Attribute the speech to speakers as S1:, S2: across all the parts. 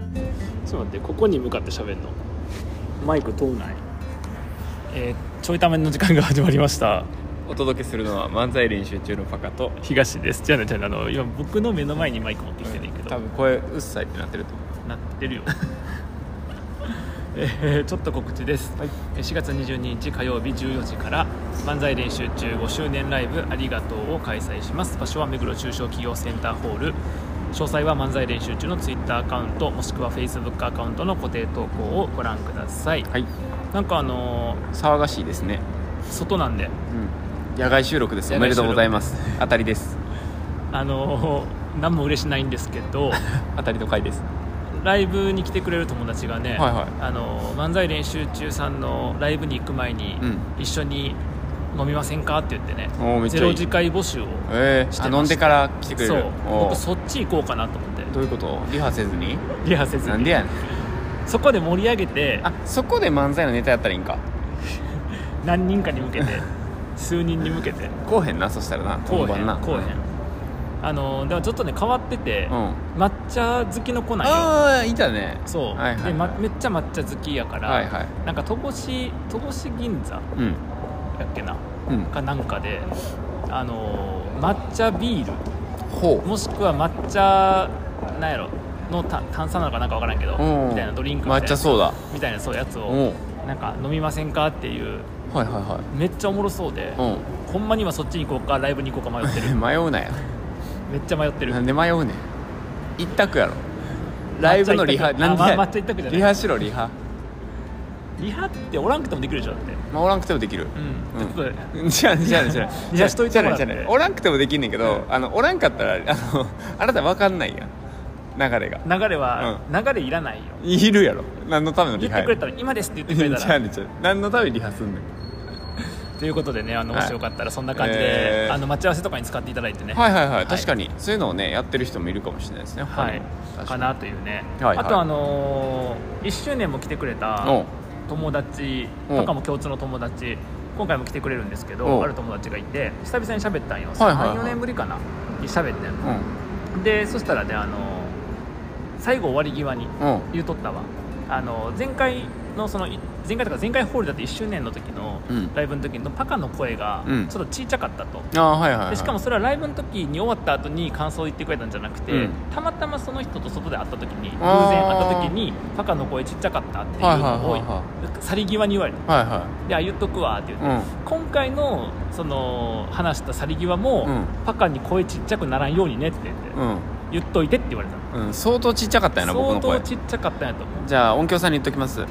S1: ちょっと待ってここに向かって喋るのマイク通んない
S2: えーちょいための時間が始まりました
S3: お届けするのは漫才練習中のパカと
S2: 東ですじゃあねじゃあねあの今僕の目の前にマイク持ってきてるけど、
S3: 多分声うっさいってなってると思
S2: なっ てるよえーちょっと告知です、えー4月22日火曜日14時から漫才練習中5周年ライブ「ありがとう」を開催します場所は目黒中小企業センターホール詳細は漫才練習中の Twitter アカウントもしくは Facebook アカウントの固定投稿をご覧ください、
S3: うはい
S2: なんかあのー
S3: 騒がしいですね、
S2: 外なんで
S3: うん、野外収録です
S2: 野
S3: お
S2: 外
S3: め
S2: 収
S3: でとう
S2: 録
S3: ございます当たりです
S2: あの ー何も嬉しないんですけ ど
S3: 当たりの回です
S2: ライブに来てくれる友達がね、
S3: はいはい
S2: あの漫才練習中さんのライブに行く前に、
S3: うん
S2: 一緒に飲みませんかって言ってね
S3: おーめっ
S2: ゼ
S3: ちゃいい
S2: ロ次回募集を
S3: え
S2: してまし
S3: ー、あ
S2: た
S3: 飲んでから来てくれる
S2: そう
S3: おー
S2: 僕そっち行こうかなと思って
S3: どういうことリハせずに
S2: リハせずに
S3: なんでやねん
S2: そこで盛り上げて
S3: あそこで漫才のネタやったらいいんか
S2: 何人かに向けて 数人に向けて
S3: こうへんなそしたらな
S2: こ
S3: 本
S2: うへ
S3: 番
S2: ん
S3: な
S2: こうへんあのだからちょっとね変わってて、
S3: うん
S2: 抹茶好きの子なんよ
S3: ああいたね
S2: そう、
S3: はいはいはい
S2: で、ま、めっちゃ抹茶好きやから、
S3: はいはい
S2: なんか戸越戸越銀座
S3: うん
S2: やっけな
S3: うん
S2: かなんかで、あのー抹茶ビー
S3: ほ
S2: ルもしくは抹茶なんやろのた炭酸なのかなんか分からんけど
S3: うん
S2: みたいなドリンクみたい
S3: 抹
S2: な
S3: 茶ソーダ
S2: みたいなそうやつ
S3: う
S2: を
S3: ん
S2: なんか飲みませんかっていう
S3: はいはいは
S2: めっちゃおもろそうで
S3: いうん
S2: ほんまにはそっちに行こうかライブに行こうか迷ってる
S3: 迷うな よ
S2: めっちゃ迷ってる
S3: なんで迷うねん一 択やろライブのリハ
S2: 抹茶一択あ
S3: なんでや
S2: ま抹茶一択じゃない
S3: リハしろリハ
S2: リハっておらんくてもできるでしょだって
S3: まあおらんくてもできる
S2: うん、
S3: うん
S2: ちょっと
S3: じゃあじゃあじゃあ
S2: リハしといてもらって
S3: じゃあじゃあおらんくてもできんねんけどあのおらんかったらあの あなた分かんないやん流れが
S2: 流れは、流れいらないよ
S3: いるやろ何のためのリ
S2: 言っ
S3: ハ
S2: て
S3: や
S2: くれたら今ですって言って
S3: じ
S2: くれた
S3: ゃ
S2: ら
S3: あねじゃあ何のためにリハすんねん
S2: ということでねあの
S3: は
S2: も
S3: い
S2: しよかったらそんな感じで、
S3: えー
S2: あの待ち合わせとかに使っていただいてね
S3: はいはいはい確かにそういうのをねやってる人もいるかもしれないですね他
S2: は
S3: に
S2: い
S3: 確
S2: か
S3: かに
S2: なというね、
S3: はいはい
S2: あとあのー、1周年も来てくれ
S3: お
S2: た
S3: う
S2: 友達
S3: うん
S2: とかも共通の友達今回も来てくれるんですけ
S3: う
S2: ど
S3: ん
S2: ある友達がいて久々に喋ったんよ、
S3: はいはいはい
S2: 34年ぶりかなに喋ってん
S3: う
S2: のでそしたらね、あのー、最後終わり際に
S3: んうん
S2: 言うとったわあの前回のそのい前回とか前回ホールだって1周年の時の
S3: うん
S2: ライブの時のパカの声が
S3: うん
S2: ちょっと小さかったと、
S3: ああはいはいはい
S2: でしかもそれはライブの時に終わった後に感想を言ってくれたんじゃなくて、
S3: うん
S2: たまたまその人と外で会った時に偶然
S3: あ
S2: 会
S3: ー
S2: った時に「パカの声ちっちゃかった」っていう
S3: はいはい
S2: の
S3: はい
S2: を
S3: は
S2: 去り際に言われて
S3: いはいは
S2: 「であ言っとくわ」って言っ
S3: い
S2: て、今回のその話した去り際も、
S3: うん
S2: パカに声ちっちゃくならんようにね」って言って、
S3: うんうん
S2: 言っといてって言われたの
S3: うん、相当ちっちゃかったよな僕
S2: 相
S3: の声
S2: 当ちっちゃかったんやと思
S3: じゃあ音響さんに言っときます、う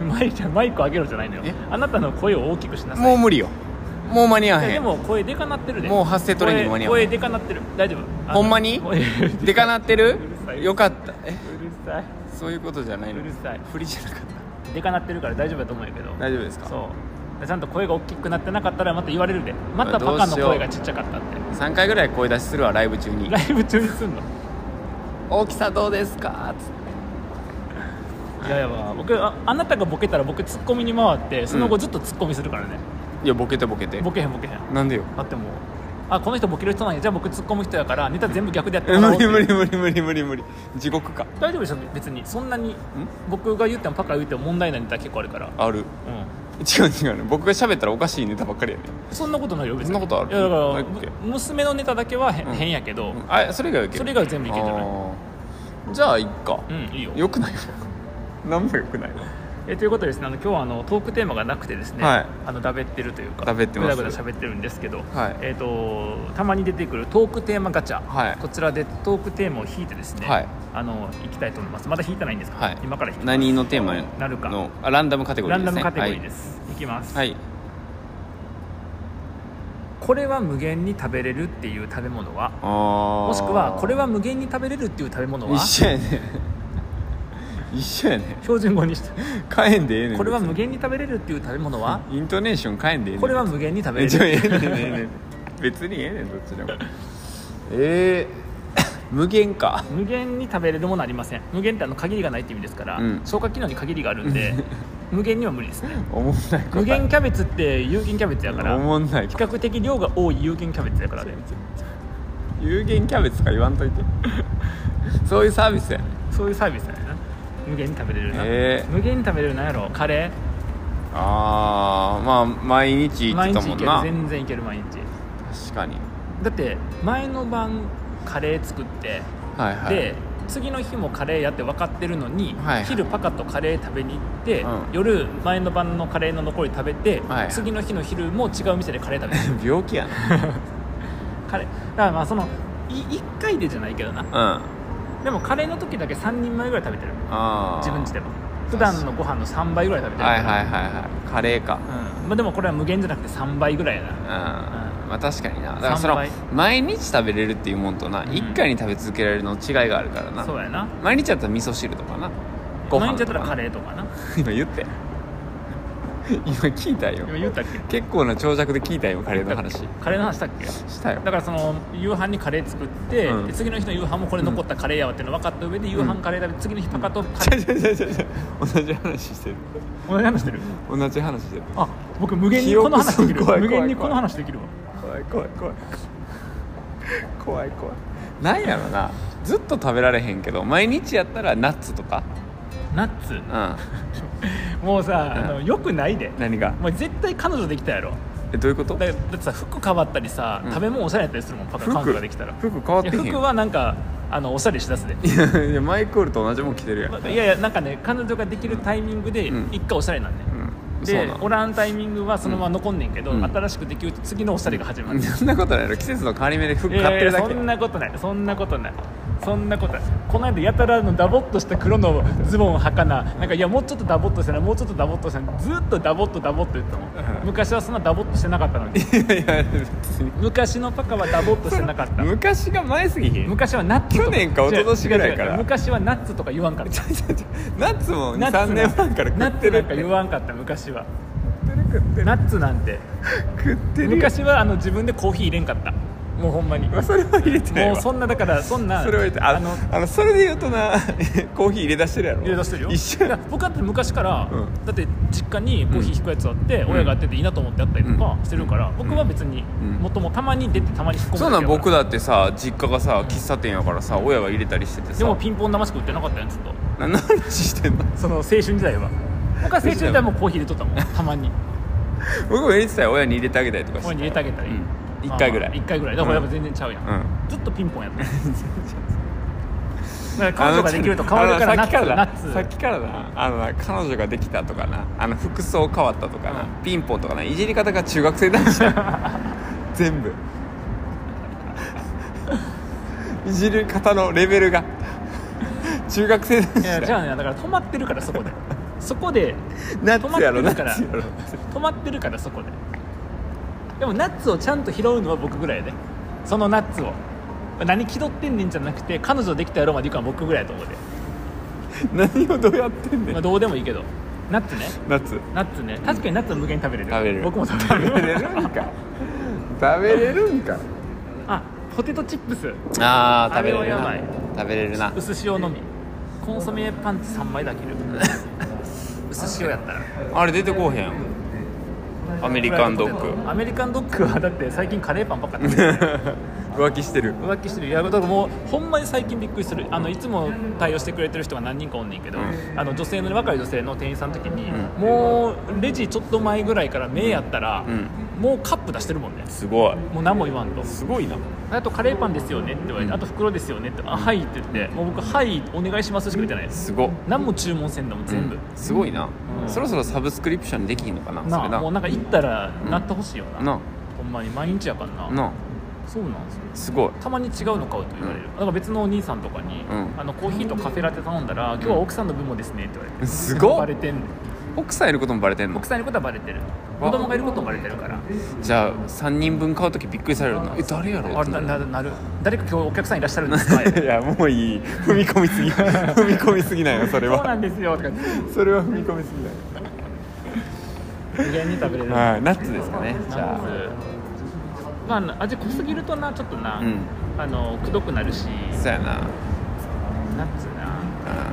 S2: うマイクマイク上げろじゃないのよ
S3: え、
S2: あなたの声を大きくしなんさい
S3: もう無理よもう間に合
S2: い
S3: わ
S2: や
S3: へ
S2: で
S3: ん
S2: も声でかなってるで
S3: もう発声トレーニング間に合わ
S2: 声
S3: へ
S2: 声でかなってる大丈夫あの
S3: ほんまに
S2: 声
S3: んでかなってる
S2: うるさいうるさい
S3: よかった
S2: う
S3: え
S2: るさい
S3: そういうことじゃないうの
S2: るさい
S3: 振りじゃなかった
S2: でかなってるから大丈夫だと思うんやけど
S3: 大丈夫ですか
S2: そうちゃんと声が大きくなってなかったらまた言われるでまたパカの声がちっちゃかったって
S3: 3回ぐらい声出しするわライブ中に
S2: ライブ中に すんの
S3: 大きさどうですかつって
S2: いやいやまあ僕ああなたがボケたら僕ツッコミに回ってその後ずっとツッコミするからね、
S3: いやボケてボケて
S2: ボケへんボケへん
S3: なんでよ
S2: あってもうあこの人ボケる人なんやじゃあ僕ツッコむ人やからネタ全部逆でやって
S3: え
S2: もらおう
S3: 無
S2: ってい
S3: 理
S2: う
S3: 無理無理無理無理無理地獄かん
S2: 大丈夫でしょ別にそんなに僕が言ってもパカが言っても問題ないネタ結構あるから
S3: あ
S2: う
S3: る
S2: ん
S3: 違う違うね僕が喋ったらおかしいネタばっかりやね
S2: そんなことないよ別に
S3: そんなことある
S2: いやだか
S3: な
S2: ら
S3: いっけ
S2: む娘のネタだけはへん
S3: うん
S2: 変やけど
S3: うんあそれ以外はいける
S2: それ以外は全部いけんじゃない
S3: あーじゃあいっか、
S2: うんいいよ
S3: よくないわ何もよくないわ
S2: えということでですねあの今日はあのトークテーマがなくてですね、
S3: はい
S2: あのだべってるというか
S3: だべってます
S2: ぐだぐだ喋ってるんですけど、
S3: はい
S2: えー、とたまに出てくるトークテーマガチャ、
S3: はい
S2: こちらでトークテーマを引いてですね、
S3: はい
S2: あの行きたいと思いますまだ引いてないんですか、
S3: はい
S2: 今から引きます
S3: 何のテーマ
S2: なるか
S3: のあランダムカテゴリ
S2: ラ
S3: ー
S2: ン
S3: で
S2: ダ
S3: す
S2: ム
S3: ね
S2: カテゴリーです、い、きます、
S3: はい、はい
S2: これは無限に食べれるっていう食べ物は
S3: あー
S2: もしくはこれは無限に食べれるっていう食べ物は
S3: 一緒やね 一緒やね
S2: 標準語 にして
S3: 変えんでええねん
S2: これは無限に食べれるっていう食べ物は
S3: イントネーション変えんでええねん
S2: これは無限に食べ
S3: え
S2: れ
S3: ちょええねんええねんええ
S2: る
S3: ねん別にええねんどっちでもえー、 無限か
S2: 無限に食べれるものありません無限ってあの限りがないって意味ですから、
S3: うん
S2: 消化機能に限りがあるん で無限には無理ですね
S3: おもんないこと
S2: 無限キャベツって有限キャベツやから
S3: お
S2: 比
S3: もんないこと
S2: 較的量が多い有限キャベツやからね
S3: 有限キャベツとか言わんといてそういうサービスやね
S2: そういうサービスだよね無限に食べれるな、
S3: へえ
S2: 無限に食べれるなんやろカレ
S3: あーまあ毎日
S2: ー
S3: 行っ
S2: 毎
S3: てた
S2: 日
S3: も
S2: い
S3: ん
S2: ける
S3: な
S2: 全然いける毎日
S3: 確かに
S2: だって前の晩カレー作って、
S3: はいはい
S2: で次の日もカレーやって分かってるのに、
S3: はいはい
S2: 昼パカッとカレー食べに行って、
S3: うん
S2: 夜前の晩のカレーの残り食べて、
S3: はいはい
S2: 次の日の昼も違う店でカレー食べてる
S3: 病気や
S2: カレーだからまあその1回でじゃないけどな
S3: なうん
S2: でもカレーの時だけ3人前ぐらい食べてる
S3: ああ
S2: 自分ちでも普段のご飯の3倍ぐらい食べてる
S3: はいはいはいはいカレーか
S2: うんまあ、でもこれは無限じゃなくて3倍ぐらいやな
S3: うんまあ確かになだからそ
S2: 三
S3: の
S2: 倍
S3: 毎日食べれるっていうもんとな、
S2: うん
S3: 一回に食べ続けられるの違いがあるからな
S2: そうやな
S3: 毎日やったら味噌汁とかなご
S2: 毎
S3: 飯
S2: 日や
S3: と
S2: った
S3: から
S2: カ
S3: レ
S2: レーとかな
S3: ー 今言って今聞いたよ
S2: 今言ったっけ
S3: 結構な長尺で聞いたよカレーの話
S2: カレーの話したっけ
S3: したよ
S2: だからその夕飯にカレー作って、
S3: うん
S2: で次の日の夕飯もこれ残ったカレーやわっていうの分かった上で夕飯カレー食べて次の日パカとカレー
S3: 違う違う違う違う同じ話してる
S2: 同じ話してる
S3: 同じ話してる
S2: あ僕無限にこの話できる
S3: 記憶すごい怖い
S2: 無限
S3: 怖い
S2: にこ
S3: 怖い
S2: の話できるわ
S3: 怖い怖い怖い怖い怖いなんやろなずっと食べられへんけど毎日やったらナッツとか
S2: ナッツ
S3: うん
S2: もうさ、あのよくないで
S3: 何が
S2: もう絶対彼女できたやろ
S3: えどういうこと
S2: だだってさ服変わったりさ、
S3: うん
S2: 食べ物おしゃれやったりするもんパカ
S3: 服
S2: 彼女ができたら
S3: 服変わってへん
S2: いや服はなんかあのおしゃれしだすで
S3: いやいやマイクールと同じもん着てるやん、
S2: まいやいやなんかね彼女ができるタイミングで
S3: うん
S2: 一回おしゃれなんね、
S3: うん、そう
S2: で
S3: なん
S2: おらんタイミングはそのまま残んねんけど、
S3: うん
S2: 新しくできると次のおしゃれが始まる、
S3: そんなことないやろ季節の変わり目で服
S2: い
S3: 買
S2: や
S3: っ
S2: い
S3: て
S2: や
S3: る
S2: いやそ
S3: だけ
S2: んなことないそんなことないそんなことないこの間やたらのダボっとした黒のズボンを履かななんかいやもうちょっとダボっとしたなもうちょっとダボっとしたなずっとダボっとダボっと言ったもん、
S3: うん
S2: 昔はそんなダボっとしてなかったのに
S3: いやいや別に
S2: 昔のパカはダボっとしてなかった
S3: 昔が前すぎひん
S2: 昔はナッツと
S3: 去年か一昨年ぐらいから
S2: 違う違う違う昔はナッツとか言わんかった
S3: ナッツも
S2: ナッ
S3: 23
S2: ツ
S3: 年前から食
S2: ナ
S3: っ
S2: ッツ
S3: てる
S2: な
S3: っ
S2: んか
S3: て
S2: 言わんかった昔は
S3: 食ってる
S2: ナッツなんて
S3: 食ってる
S2: 昔はあの自分でコーヒー入れんかったもうほんまにも
S3: まあそれは入れてないわ
S2: うそんなだからそんな
S3: それは入れてあ
S2: あの
S3: のあのそれで言うとな コーヒー入れ出してるやろ
S2: 入れ出してるよ
S3: 一緒や
S2: だから 僕だって昔から、
S3: うん
S2: だって実家にコーヒー引くやつあって、親がやってていいなと思ってやったりとかしてるから、僕は別に
S3: ん
S2: もともたまに出てたまに引っ込む
S3: そうなん僕
S2: だ
S3: だってさ実家がさ喫茶店やからさ親が入れたりしてて
S2: け
S3: さ
S2: でもピンポン生しく売ってなかったやつと
S3: な何してんの
S2: その青春時代は僕は青春時代もコーヒー入れとったもん たまに
S3: 僕も入れてたよ親に入れてあげたりとかして
S2: 親に入れてあげたり、
S3: うん一回ぐらい
S2: 1回ぐらいだからやっぱ全然ちゃうやん、
S3: う
S2: ずっとピンポンや っただから彼女ができると変わるから
S3: あの
S2: ナッ
S3: さっきか
S2: ツ
S3: ら
S2: ナ
S3: だ
S2: ッツ
S3: さっきからだあのな彼女ができたとかなあの服装変わったとかな、ピンポンとかないじり方が中学生男子だ 全部いじる方のレベルが中学生男子
S2: いや違うね
S3: だ
S2: だから止まってるからそ こでそこで
S3: ナッツやろ
S2: 止
S3: ナ
S2: まってる
S3: ッツや
S2: から
S3: ろ
S2: 止まってるからそこででもナッツをちゃんと拾うのは僕ぐらいやでそのナッツを何気取ってんねんじゃなくて彼女できたやろまで行くのは僕ぐらいやと思うで、
S3: 何をどうやってんねん
S2: まあ、
S3: ナ
S2: どうでもいいけどナッツね
S3: ッツ
S2: ナッツね確かにナッツは無限に食べれる
S3: 食べれる
S2: 僕も食べれる
S3: 食べれるんか食べれるんか
S2: あポテトチップス
S3: あ
S2: ー
S3: あ食べれる
S2: あれは
S3: な
S2: や
S3: 食べれるな
S2: 薄塩のみコンソメパンチ3枚だ ける薄塩やったら
S3: あれ出てこうへんアメリカンドッグ
S2: アメリカンドッグはだって最近カレーパンばっか食べてる
S3: 浮気してる
S2: 浮気してるいやだからもうほんまに最近びっくりするあのいつも対応してくれてる人が何人かおんねんけど、
S3: うん
S2: あの女性の若い女性の店員さんの時に、
S3: う
S2: もうレジちょっと前ぐらいから目やったら、
S3: うん
S2: もうカップ出してるもんね
S3: すごい
S2: もう何も言わんと
S3: すごいな
S2: あとカレーパンですよねって言われて、
S3: うん
S2: あと袋ですよねってあはいって言ってもう僕はいお願いしますしか言ってないです
S3: すご
S2: 何も注文せんだもん全部、
S3: すごいな、
S2: うん
S3: そろそろサブスクリプションできひんのかなそれ
S2: なあ
S3: な
S2: もうなんか行ったらなってほしいよな、
S3: な
S2: ほんまに毎日やからな
S3: な
S2: そうなんですよ
S3: すごい
S2: たまに違うの買うと言われる、なんか別のお兄さんとかに、
S3: うん
S2: あのコーヒーとカフェラテ頼んだら、今日は奥さんの分もですねって言われて
S3: すごっ
S2: バレてんの
S3: 奥さんいることもバレてんの
S2: 奥さんいることはバレてる
S3: わ
S2: 子供がいることもバレてるから
S3: じゃあ3人分買う時びっくりされるなえ誰やろ
S2: あれなななる誰か今日お客さんいらっしゃるん ですか
S3: いやもういい踏み込みすぎ踏み込みすぎないよそれ
S2: そうな
S3: は
S2: んですよとか言って
S3: それは踏み込みすぎない
S2: 無限に食べれる
S3: はい、ナッツですかねじ
S2: ナ
S3: ゃ
S2: ッツまあ味濃すぎるとなちょっとな、
S3: うん
S2: あのくどくなるし
S3: あそうやな
S2: ナッツな
S3: あ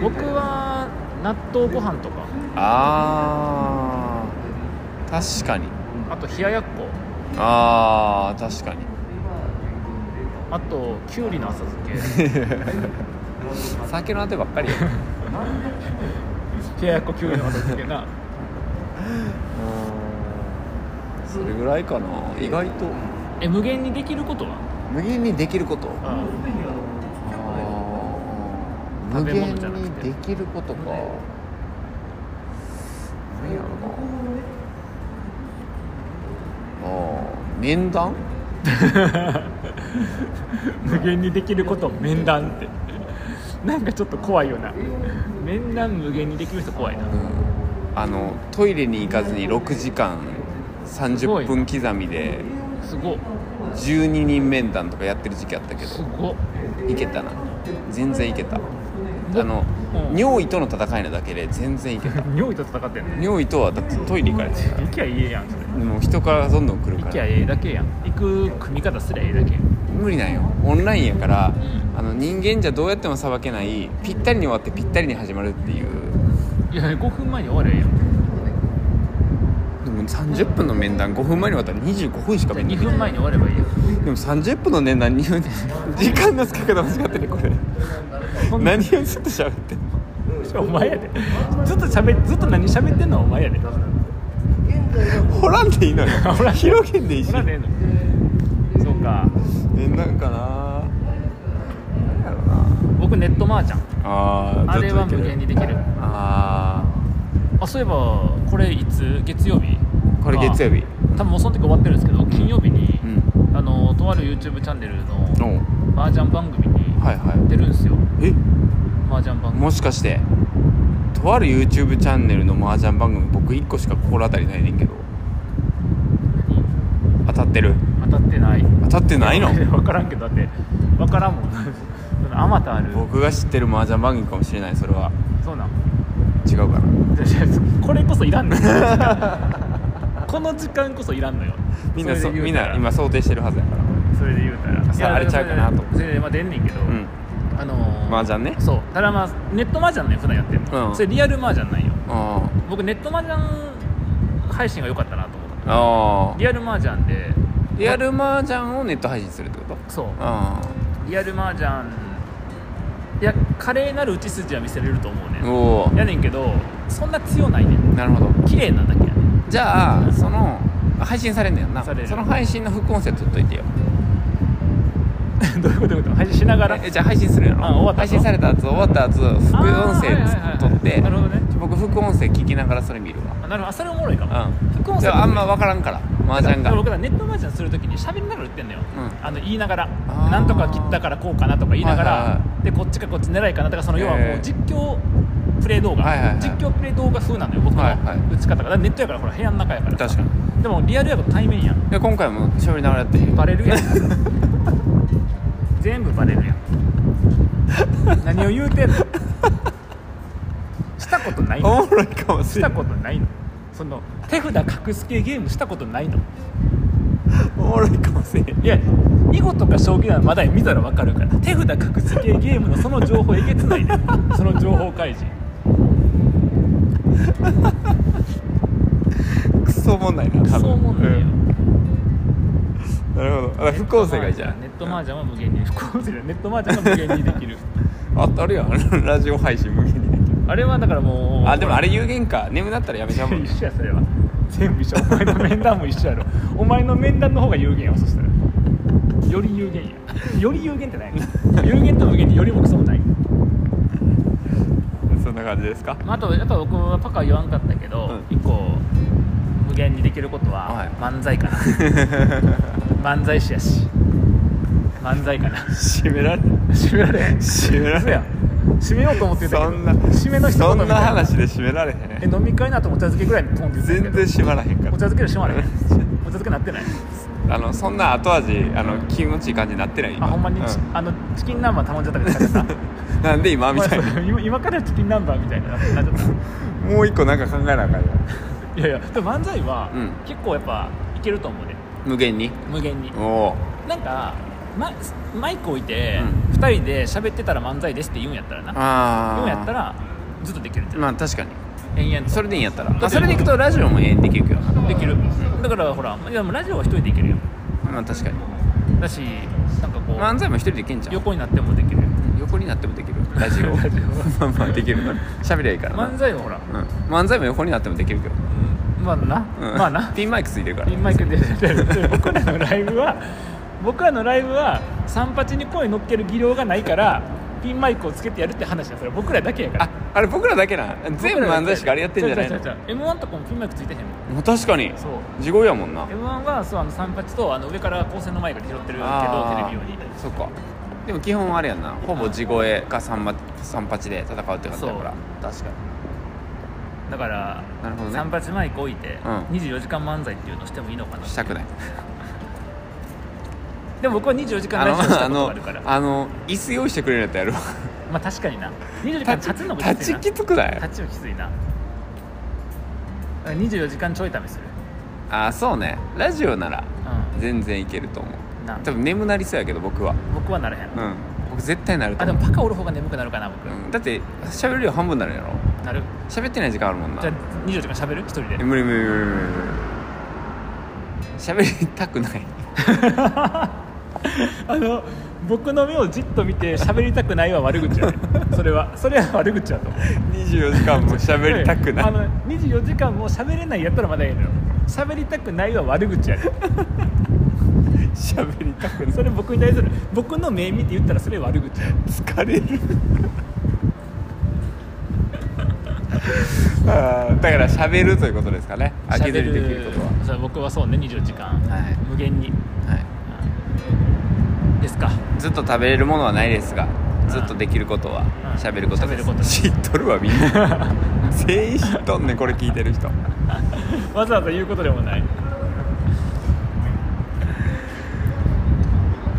S2: 僕は納豆ご飯とか
S3: あー確かに
S2: あと冷ややっこ
S3: あー確かに
S2: あときゅうりの浅漬け
S3: 酒のあてばっ かりよ
S2: 冷ややっこ急に渡ってけな
S3: それぐらいかな意外と
S2: え無限にできることは
S3: 無限にできること無
S2: 食べ
S3: 限
S2: 物じゃなく
S3: に
S2: て
S3: できることか何やろなあー面談
S2: 無限にできること面談ってなんかちょっと怖いよな面談無限にできる人怖いな
S3: あのトイレに行かずに6時間
S2: すごい
S3: 30分刻みです
S2: ご
S3: 12人面談とかやってる時期あったけ
S2: す
S3: ど
S2: ご
S3: いけたな全然いけたあの、
S2: うん
S3: 尿意との戦いなだけで全然いけた
S2: 尿意と戦ってんの
S3: 尿意とはだってトイレ行かれてるか
S2: 行きゃいいやんそれ
S3: らもう人からどんどん来る
S2: 行
S3: か
S2: きゃ
S3: ら
S2: ええだけやん行く組み方すりゃええだけやん
S3: 無理なんよオンラインやから
S2: う
S3: あの人間じゃどうやってもさばけないぴったりに終わってぴったりに始まるっていう
S2: いや5分前に終われやんじ
S3: でも30分の面談5分前に終わったら25分しか
S2: ゃあ
S3: 面談
S2: 2分前に終わればいいやん
S3: でも30分のね何を時間の使い方間違ってねこれ何をずっと喋ってんの
S2: お前やでずっとしゃべずっと何喋ってんのはお前やで
S3: 掘らんでいいのよ
S2: 掘らん
S3: 広げんでいいし
S2: そらねえのそうか
S3: 面談かな何やろな
S2: 僕ネットマージャン
S3: あー
S2: あれは無限
S3: に
S2: にできる
S3: あ
S2: あそういえばこれいつ月曜日
S3: あこれ月曜
S2: 日
S3: 日
S2: 多分もうその時終わってるんですけど金曜日に、
S3: うん
S2: あのとある YouTube チャンネル
S3: お
S2: の
S3: う
S2: 麻雀番組に
S3: はいは
S2: 出るんですよ
S3: いえ
S2: 麻雀番組
S3: もしかしてとある YouTube チャンネルの麻雀番組僕1個しか心当たりないねんけど当たってる
S2: 当たってない
S3: 当たってないの
S2: 分からんけどだって分からんもん そのあまたある
S3: 僕が知ってる麻雀番組かもしれないそれは
S2: そうなん
S3: 違うかな
S2: じゃあじゃあこれこそいら んのよこの時間こそいらんのよ
S3: みんな
S2: そ
S3: そ
S2: れで
S3: み
S2: 言
S3: ん
S2: うたら
S3: な今想定してるはずやから
S2: それで言うたら
S3: さああれちゃうかなと
S2: それでまあ出んねんけど、
S3: うん
S2: あのー、
S3: 麻雀ね
S2: そうただまあネット麻雀ね普段やってんの、
S3: うん
S2: それリアル麻雀なんよ
S3: あ
S2: 僕ネット麻雀配信が良かったなと思った
S3: あ
S2: リアル麻雀で
S3: リアル麻雀をネット配信するってこと
S2: そう
S3: あ
S2: リアル麻雀いや華麗なる打ち筋は見せれると思う
S3: あ
S2: ね
S3: おお
S2: やねんけどそんな強ないねん
S3: なるほど
S2: 綺麗なだけやね ん
S3: じゃあその配信されんだよな
S2: される
S3: その配信の副音声取っといてよ
S2: どういうことどういうこと配信しながら
S3: えじゃあ配信するやろ
S2: あ終わった
S3: 配信されたやつ終わったやつ副
S2: あー
S3: 音
S2: はいはいはいは
S3: 声
S2: い
S3: 取って
S2: なるほどね
S3: 僕副音声聞きながらそれ見るわ
S2: あなるほどあそれおもろいかも、
S3: うん
S2: 副音声
S3: じゃああんま分からんから麻雀が
S2: 僕らネット麻雀するときに喋りながら打ってんのよ、
S3: う
S2: あの言いながら
S3: あー
S2: なんとか切ったからこうかなとか言いながら、
S3: はいはいは
S2: でこっちかこっち狙いかなとかその要はも
S3: へ
S2: う
S3: ー
S2: 実況プレイ動画、
S3: はいはいはい
S2: 実況プレイ動画風なのよ僕の
S3: はいはい
S2: 打ち方が、だからネットやからほら部屋の中やから
S3: 確か
S2: にでもリアルやと対面やん
S3: で今回も喋りながらやって
S2: バレ るやん全部バレるやん何を言うてんのしたことないの
S3: おもろいかもし
S2: し
S3: れ
S2: た
S3: ん
S2: ことないのその手札隠す系ゲームしたことないの
S3: おもろいかもしれん
S2: いや囲碁とか将棋ならまだ見たらわかるから手札隠す系ゲームのその情報えげつない ねその情報開示
S3: クソおもんないな多分
S2: そう思うんだよ、
S3: うんなるほどだから副音声がいいじゃん
S2: ネットマージャンは無限 に副音声じゃないネットマージャンが無限にできる
S3: ああるよ ラジオ配信無限にできる
S2: あれはだからもう
S3: あでもあれ有限か眠なったらやめちゃうもんね
S2: 一緒やそれは全部一緒お前の面談も一緒やろお前の面談の方が有限やわそしたらより有限 やより有限ってない有限と無限によりもクソもない
S3: そんな感じですか
S2: まあ、あとやっぱ僕はパカは言わんかったけど、
S3: う
S2: 一個無限にできること
S3: は
S2: はい漫才 かな、漫才師やし漫才かな
S3: 締められ
S2: 締められへん
S3: 締められへん
S2: 嘘やん締めようと思ってたけど
S3: そんな
S2: 締めの一言
S3: そ
S2: みた
S3: ん
S2: い
S3: な
S2: な
S3: 話で締められへ
S2: え
S3: ん
S2: 飲み会の後もお茶漬けぐらいのトーンで言ってたけ
S3: 全
S2: ど
S3: 然締まらへんか
S2: お茶
S3: ら
S2: 漬けでしま らへんお茶漬けなってない
S3: あのそんな後味あの気持ちいい感じになってない今
S2: あほんまにチ、
S3: う
S2: あのチキン南蛮頼んじゃったけど さ
S3: なんで今みたいな
S2: 今今からチキン南蛮みたいになっちゃった
S3: もう一個なんか考えなあかんよ
S2: いやいやでも漫才は
S3: うん
S2: 結構やっぱいけると思うね
S3: 無限に
S2: 無限に
S3: おお
S2: なんか、ま、マイク置いて
S3: う
S2: 2人で喋ってたら漫才ですって言うんやったらな
S3: あ
S2: 言
S3: あ
S2: うんやったらずっとできるんじゃん
S3: まあ確かに
S2: 延々と
S3: それでいいんやったら
S2: だっ
S3: まあ
S2: て
S3: それでいくとラジオも永遠できるけどな
S2: できるだからほらいやもうラジオは1人でいけるよ
S3: まあ確かに
S2: だしなんかこう、
S3: 漫才も一人でいけんじゃん
S2: 横になってもできるよ
S3: 横横になってもできるラジオ
S2: ラジオ
S3: まあまあできるから喋りゃいいからな
S2: 漫才もほら、
S3: うん、漫才も横になってもできるけど、
S2: まあな、
S3: うん
S2: まあ な
S3: ピンマイクついてるから
S2: ピンマイクで出る僕らのライブは僕らのライブは三八に声乗っける技量がないからピンマイクをつけてやるって話だそれ僕らだけやから
S3: ああれ僕らだけな全部漫才師があれやってんじゃないの
S2: 違う違う違う違う m 1とかもピンマイクついてへんもん
S3: もう確かに
S2: そう
S3: 地声やもんな
S2: m 1はそうあの三八とあの上から高専のマイクで拾ってるけど
S3: あー
S2: テレビ用に
S3: そっかでも基本あれやんなほぼ地声か三八三八で戦うって感じだから確かに
S2: だから
S3: なるほどね
S2: 三八マイク置いて
S3: うん
S2: 24時間漫才っていうのしてもいいのかな
S3: したくない
S2: でも僕は24時間
S3: あ
S2: ラ
S3: の
S2: ジオした
S3: あ
S2: ことが
S3: の
S2: あるから
S3: あの椅子用意してくれるやつやるわ
S2: まあ確かにな24時間立
S3: 立
S2: つのもき
S3: ち
S2: つ
S3: 立
S2: い
S3: ち
S2: な
S3: きつくない
S2: 立ちはきついな24時間ちょい試する
S3: あそうねラジオなら
S2: う
S3: 全然いけると思うん
S2: な
S3: 多分眠なりそうやけど僕は
S2: 僕はならへん、
S3: うん僕絶対なると
S2: あで
S3: 思う
S2: もパカおる方が眠くなるかな僕、
S3: うんだって喋る量半分になるやろ
S2: なる
S3: 喋ってない時間あるもんな
S2: じゃあ24時間しゃべる一人で
S3: え無理無理無理無理無理無理喋りたくない
S2: あの僕の目をじっと見て喋りたくないは悪口やね それはそれは悪口やと思う
S3: 24時間も 喋りたくな
S2: あ
S3: い
S2: の24時間も喋れないやったらまだいいのよ喋りたくないは悪口やね
S3: 喋りた く
S2: それ僕に対する僕の目見て言ったらそれ悪口や
S3: 疲れるあーだから喋るということですかね飽きずにできることは
S2: は僕はそうね24時間、
S3: はい
S2: 無限に、
S3: は
S2: うんですか
S3: い、ずっと食べれるものはないですがずっとできることは
S2: ん
S3: 喋ること
S2: 喋
S3: で
S2: る
S3: す、
S2: ことです
S3: 知っとるわみん な全員知っとんねんこれ聞いてる人
S2: わざわざ言うことでもない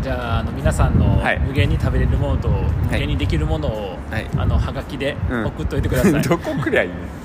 S2: じゃああの皆さんの
S3: はい
S2: 無限に食べれるものと無限にできるものを、
S3: はい
S2: あのはがきで
S3: うん
S2: 送っといてください、
S3: どこくりゃいいねん